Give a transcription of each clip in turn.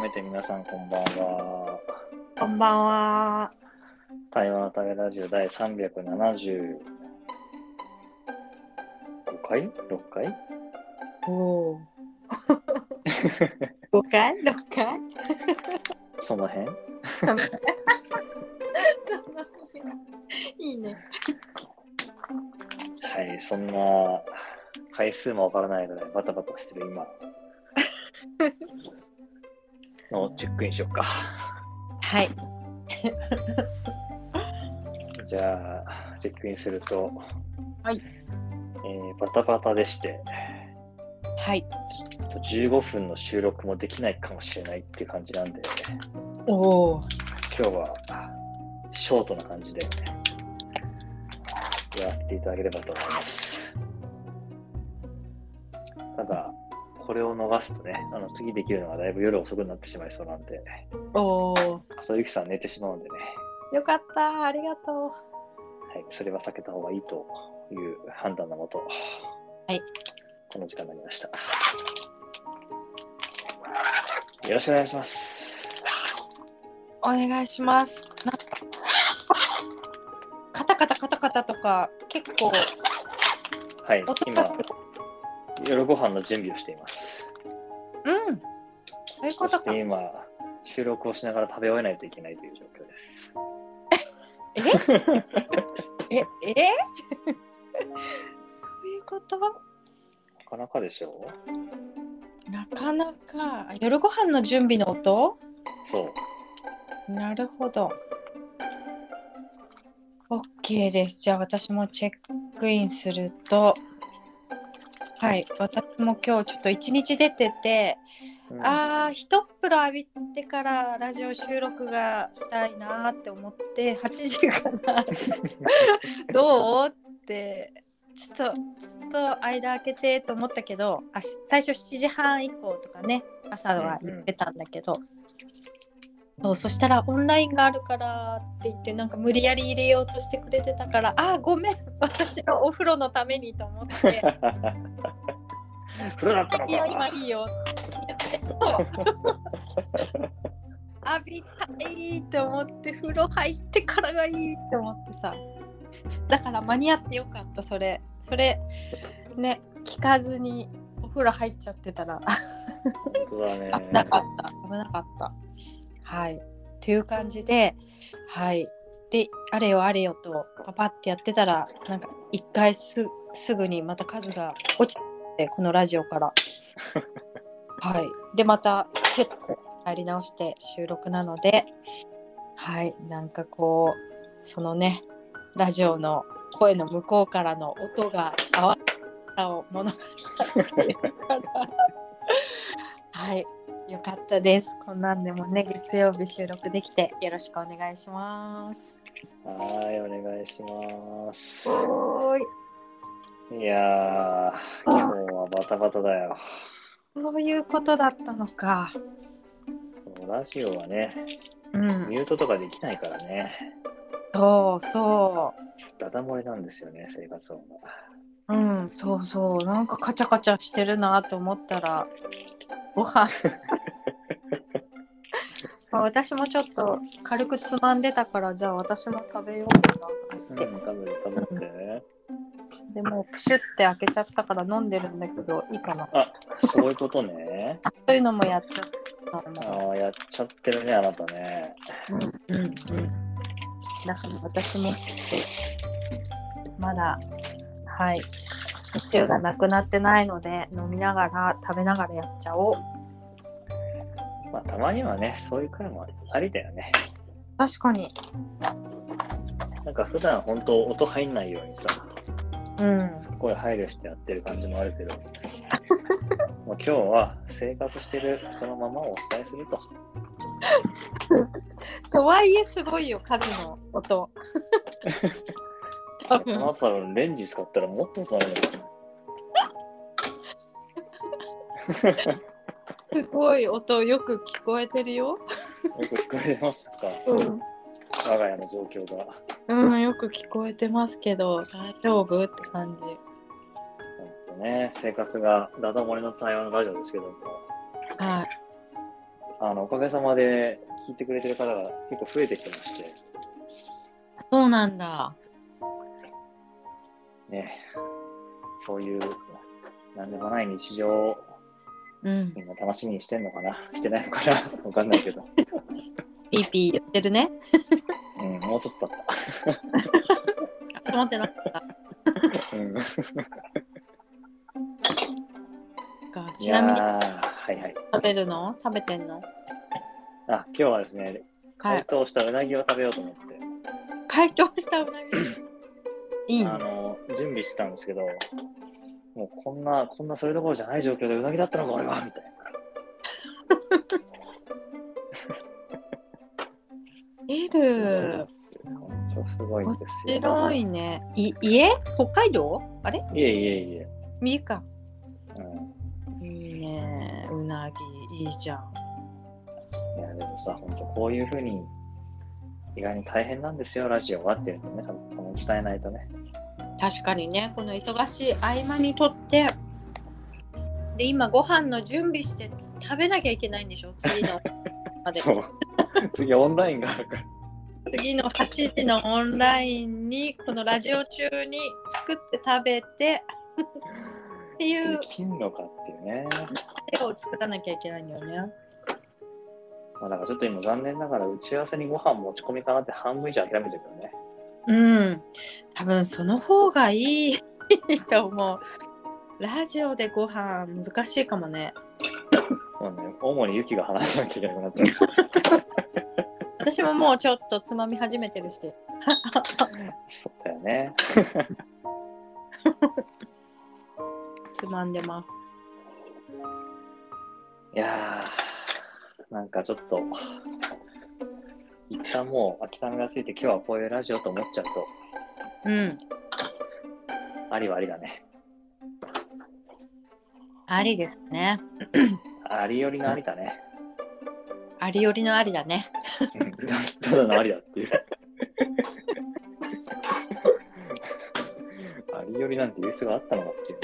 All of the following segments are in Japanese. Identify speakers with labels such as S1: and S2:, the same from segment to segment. S1: めて皆さんこんばんは。
S2: こんばんは。
S1: 台湾の旅ラジオ第375回 ?6 回
S2: おお。五回、六回。
S1: その辺
S2: そのそのいいね。
S1: はい、そんな回数もわからないぐらいバタバタしてる 今のチェックインしよっか。
S2: はい。
S1: じゃあ、チェックインすると、
S2: はい
S1: えーバタバタでして、
S2: はい。
S1: ちょっと15分の収録もできないかもしれないっていう感じなんで、
S2: おお。
S1: 今日はショートな感じでやらせていただければと思います。ただ、これを逃すとね、あの次できるのはだいぶ夜遅くなってしまいそうなんで、
S2: おお。
S1: 朝ゆきさん寝てしまうんでね、
S2: よかった。ありがと
S1: はい、それは避けた方がいいという判断のもと、
S2: い
S1: この時間になりました。よろしくお願いします。
S2: う。お願いします。なカタカタカタカタとか結構
S1: はい
S2: 音、
S1: 今、夜ご飯の準備をしています。
S2: うんそういう
S1: そ
S2: こと
S1: し
S2: か
S1: て今、収録をしながら食べ終えないといけないという状況です。
S2: ええそういうこと
S1: なかなかでしょ
S2: なかなかあ夜ご飯の準備の
S1: う
S2: 音
S1: そう。
S2: なるほど。OK です。じゃあ私もチェックインすると、はい、私も今日ちょっと一日出てて、
S1: うん
S2: ああ、一風呂浴びてからラジオ収録がしたいなーって思って、8時か な、どうって、ちょっと、ちょっと間開けてと思ったけど、あし最初7時半以降とかね、朝は言ってたんだけど、そうそしたらオンラインがあるからって言ってなんか無理やり入れようとしてくれてたからあーごめん私のお風呂のためにと思って
S1: 風呂だったの
S2: いや
S1: か。
S2: 今いいよって言ってそう浴びたいと思って風呂入ってからがいいって思ってさだから間に合ってよかったそれそれね聞かずにお風呂入っちゃってたら
S1: 本当だね。
S2: 危なかった危なかった。はいという感じではいであれよあれよとパパってやってたらなんか一回すすぐにまた数が落ちてこのラジオから。はいでまたキュッとやり直して収録なのではいなんかこうそのねラジオの声の向こうからの音が合わせたを物語っているから。 はい、よかったです。こんなんでもね、月曜日収録できて、よろしくお願いします。
S1: はい、お願いします。
S2: はい。
S1: いやー、今日はバタバタだよ。
S2: そういうことだったのか。
S1: ラジオはね、
S2: うん。
S1: ミュートとかできないからね、
S2: そうそ
S1: ダダ漏れなんですよね、生活音が。
S2: う。うん、そうそう。なんかカチャカチャしてるなと思ったら、ご 飯。まあ私もちょっと軽くつまんでたから、じゃあ私も食べようか
S1: う
S2: な。
S1: ん、
S2: で
S1: 多分多分って。
S2: でもうプシュって開けちゃったから飲んでるんだけど、いいかな。
S1: あ、そういうことね。
S2: そういうのもやっちゃったかな。
S1: ああ、やっちゃってるね、あなたね。
S2: うんうん、だから私もまだはい宇宙がなくなってないので飲みながら食べながらやっちゃおう
S1: まあ、たまにはね、そういう回もありだよね。
S2: 確かに
S1: なんか普段本当音入んないようにさ、
S2: うん
S1: すっごい配慮してやってる感じもあるけど、 もう今日は生活してるそのままをお伝えすると。
S2: とはいえすごいよ数の音多
S1: こ
S2: 分
S1: の後多分レンジ使ったらもっと音なるのかな。
S2: すごい音よく聞こえてるよ
S1: よく聞こえてますか、我が家の状況が。
S2: うん、よく聞こえてますけど大丈夫って感じ
S1: ほんとね、生活がダダ漏れの対話のラジオですけども、
S2: はい
S1: ああのおかげさまで聞いてくれてる方が結構増えてきてまして、
S2: そうなんだ。
S1: ね、そういうなんでもない日常を
S2: うん。
S1: みんな楽しみにしてんのかなしてないのかな わかんないけど、
S2: ピーピー言ってるね。
S1: うん、もうちょっとだっ
S2: あ思ってなかった
S1: た。うん
S2: か。 ちなみ
S1: い
S2: に
S1: やーはいはい。
S2: 食べるの食べてんの
S1: あ、今日はですね、
S2: は
S1: 解
S2: い。
S1: 凍したうなぎを食べようと思って、
S2: 解凍したうなぎ。いい
S1: あ
S2: ね。
S1: の準備してたんですけど、もうこんな、こんなそれどころじゃない状況でうなぎだったのか、俺はみたいな。すごいで。
S2: エル
S1: すよ。本当すごいんですよ。
S2: 面白いね。い家北海道あれ
S1: いえいえいえ。
S2: 三重か。
S1: うん、
S2: いいね。うなぎ、いいじゃん。
S1: いや、でもさ、本当こういうふうに、意外に大変なんですよ、ラジオはっていうのをね、多分伝えないとね。
S2: 確かにねこの忙しい合間にとってで今ご飯の準備して食べなきゃいけないんでしょ 次のまで
S1: そう。 次オンラインがあるから。
S2: 次の8時のオンラインにこのラジオ中に作って食べてっていう
S1: できんのかっていうね。
S2: 絵を作らなきゃいけないんだよね
S1: まあ、だからちょっと今残念ながら打ち合わせにご飯持ち込みかなって半分以上諦めてるけどね。
S2: うん多分その方がい いと思うラジオでご飯難しいかもね
S1: そうね。主にユキが話さなきゃいけなくなっちゃう。
S2: 私ももうちょっとつまみ始めてるし
S1: そうだよね。
S2: つまんでます
S1: いやー、なんかちょっと、一旦もう諦めがついて今日はこういうラジオと思っちゃうと、
S2: うん
S1: ありはありだね。
S2: ありですね。
S1: ありよりのありだね。
S2: ありよりのありだね。
S1: うんただのありだっていう。 ありよりなんて言う必要があったのかってい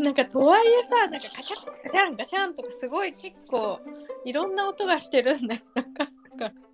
S1: う。
S2: なんかとはいえさ、なんかカチャンガチャンガチャンとかすごい結構いろんな音がしてるんだよ。なんか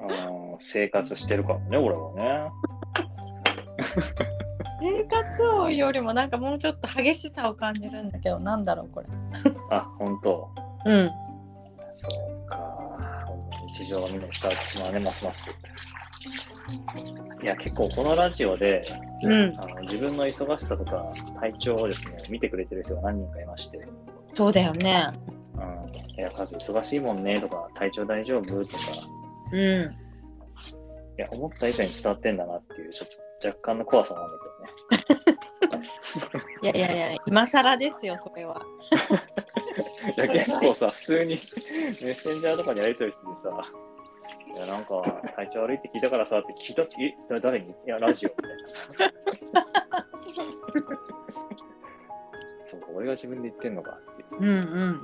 S1: あー生活してるからね、俺はね。
S2: 生活音よりもなんかもうちょっと激しさを感じるんだけど、なんだろうこれ。
S1: あ、本当。
S2: うん。
S1: そうか。こんな日常がみんな伝わってしまうね、ますます。いや、結構このラジオで、
S2: うん。
S1: あの自分の忙しさとか体調をですね、見てくれてる人が何人かいまして、うん、
S2: そうだよね。
S1: いや、カズ忙しいもんねとか、体調大丈夫とか、
S2: うん。
S1: いや、思った以下に伝わってんだなっていう、ちょっと若干の怖さなんだ
S2: いやいやいや、今更ですよ、それは。
S1: けどね。 いや、結構さ、普通にメッセンジャーとかにやりとりしててさ、いや、なんか、体調悪いって聞いたからさって聞いたって、え、誰にいや、ラジオみたいなさ。 そうか、俺が自分で言ってんのかっていう。
S2: うんうん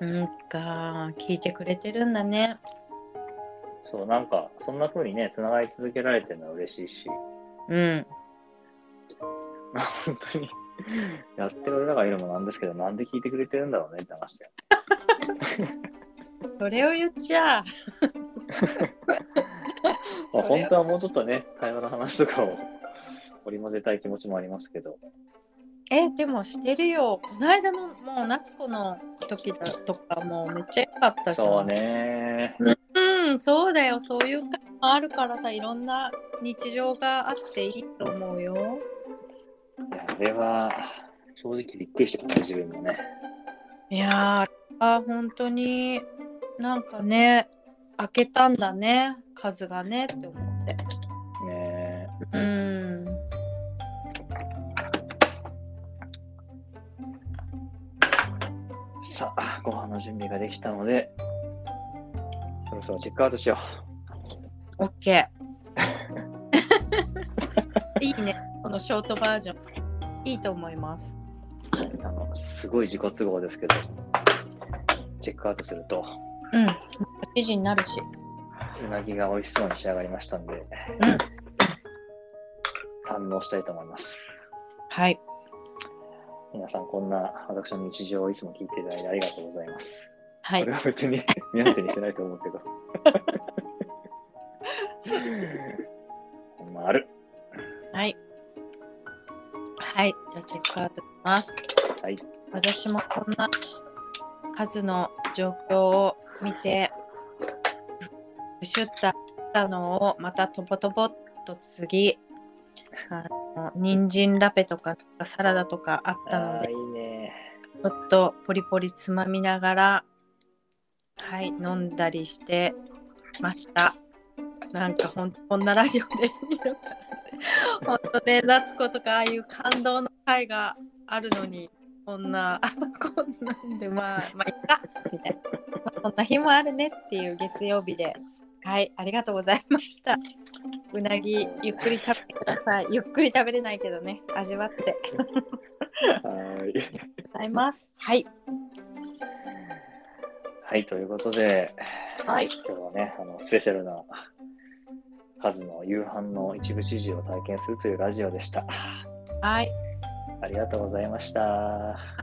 S2: うん。うんか、聞いてくれてるんだね。
S1: そう、なんか、そんな風にね、繋がり続けられてるのは嬉しいし、
S2: うん。
S1: まあ本当にやってる俺らがいるのもなんですけどなんで聞いてくれてるんだろうねって話だよ
S2: それを言っちゃ、
S1: まあ、
S2: それは
S1: 本当はもうちょっとね会話の話とかを織り交ぜたい気持ちもありますけど
S2: えでもしてるよこの間のもう夏子の時だとかもうめっちゃ良かったじゃん
S1: そうね
S2: うんそうだよそういう感もあるからさいろんな日常があっていいと思うよ
S1: いやあれは正直びっくりしてたね自分もね
S2: いやーあ本当になんかね開けたんだね数がねって思って
S1: ね
S2: うん
S1: さあご飯の準備ができたのでそろそろチェックアウトしよ
S2: OK いいねこのショートバージョンいいと思います
S1: うあのすごい自己都合ですけどチェックアウトすると
S2: うん記事になるし
S1: うなぎが美味しそうに仕上がりましたんで、堪能したいと思います。
S2: は
S1: え
S2: い
S1: 皆さん、こんな私の日常をいつも聞いていただいてありがとうございます。
S2: は
S1: そ
S2: い
S1: れは別に目当てにしてないと思う けど。 まあ、ある。
S2: はいはいじゃあチェックアウトします
S1: はい。
S2: 私もこんな数の状況を見てブシュッとたのをまたトボトボっと次あの人参ラペとかサラダとかあったの
S1: あ
S2: で
S1: ーいいね。
S2: ちょっとポリポリつまみながらはい飲んだりしてましたなんかほんこんなラジオでいいのかなってほんとね夏子とかああいう感動の回があるのにこんな こんなんでまあまあいっかみたいな、まあ、こんな日もあるねっていう月曜日ではいありがとうございましたうなぎゆっくり食べてくださいゆっくり食べれないけどね味わって
S1: はい。
S2: ございますはい
S1: はい、ということで、
S2: はい
S1: 今日はね、あのスペシャルな数の夕飯の一部始終を体験するというラジオでした。
S2: はい
S1: ありがとうございました。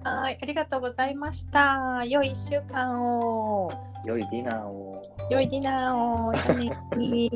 S2: はい、ありがとうございました。良い一週間を、
S1: 良いディナーを。
S2: 良いディナーを、一緒に。